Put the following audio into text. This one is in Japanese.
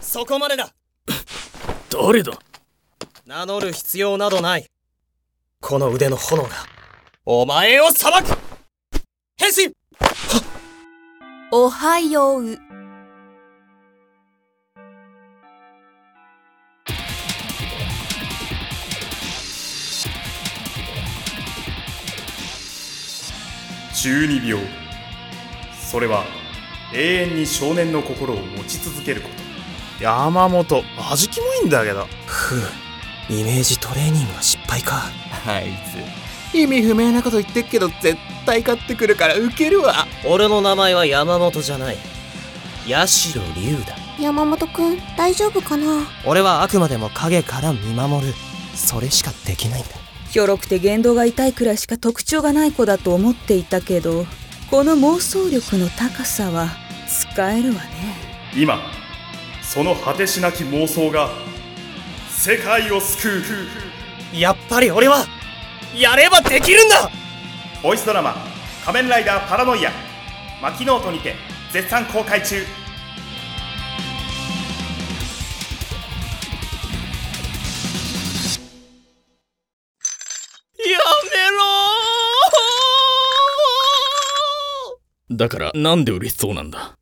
そこまでだ誰だ名乗る必要などないこの腕の炎がお前を裁く変身おはよう。 12秒それは永遠に少年の心を持ち続けること山本味気もいいんだけどふむイメージトレーニングは失敗かあいつ意味不明なこと言ってっけど絶対勝ってくるからウケるわ俺の名前は山本じゃない八代龍だ山本君大丈夫かな俺はあくまでも影から見守るそれしかできないんだひょろくて言動が痛いくらいしか特徴がない子だと思っていたけど、この妄想力の高さは使えるわね。今その果てしなき妄想が世界を救うやっぱり俺はやればできるんだボイスドラマ「仮面ライダーパラノイア」マキノートにて絶賛公開中やめろだからなんで嬉しそうなんだ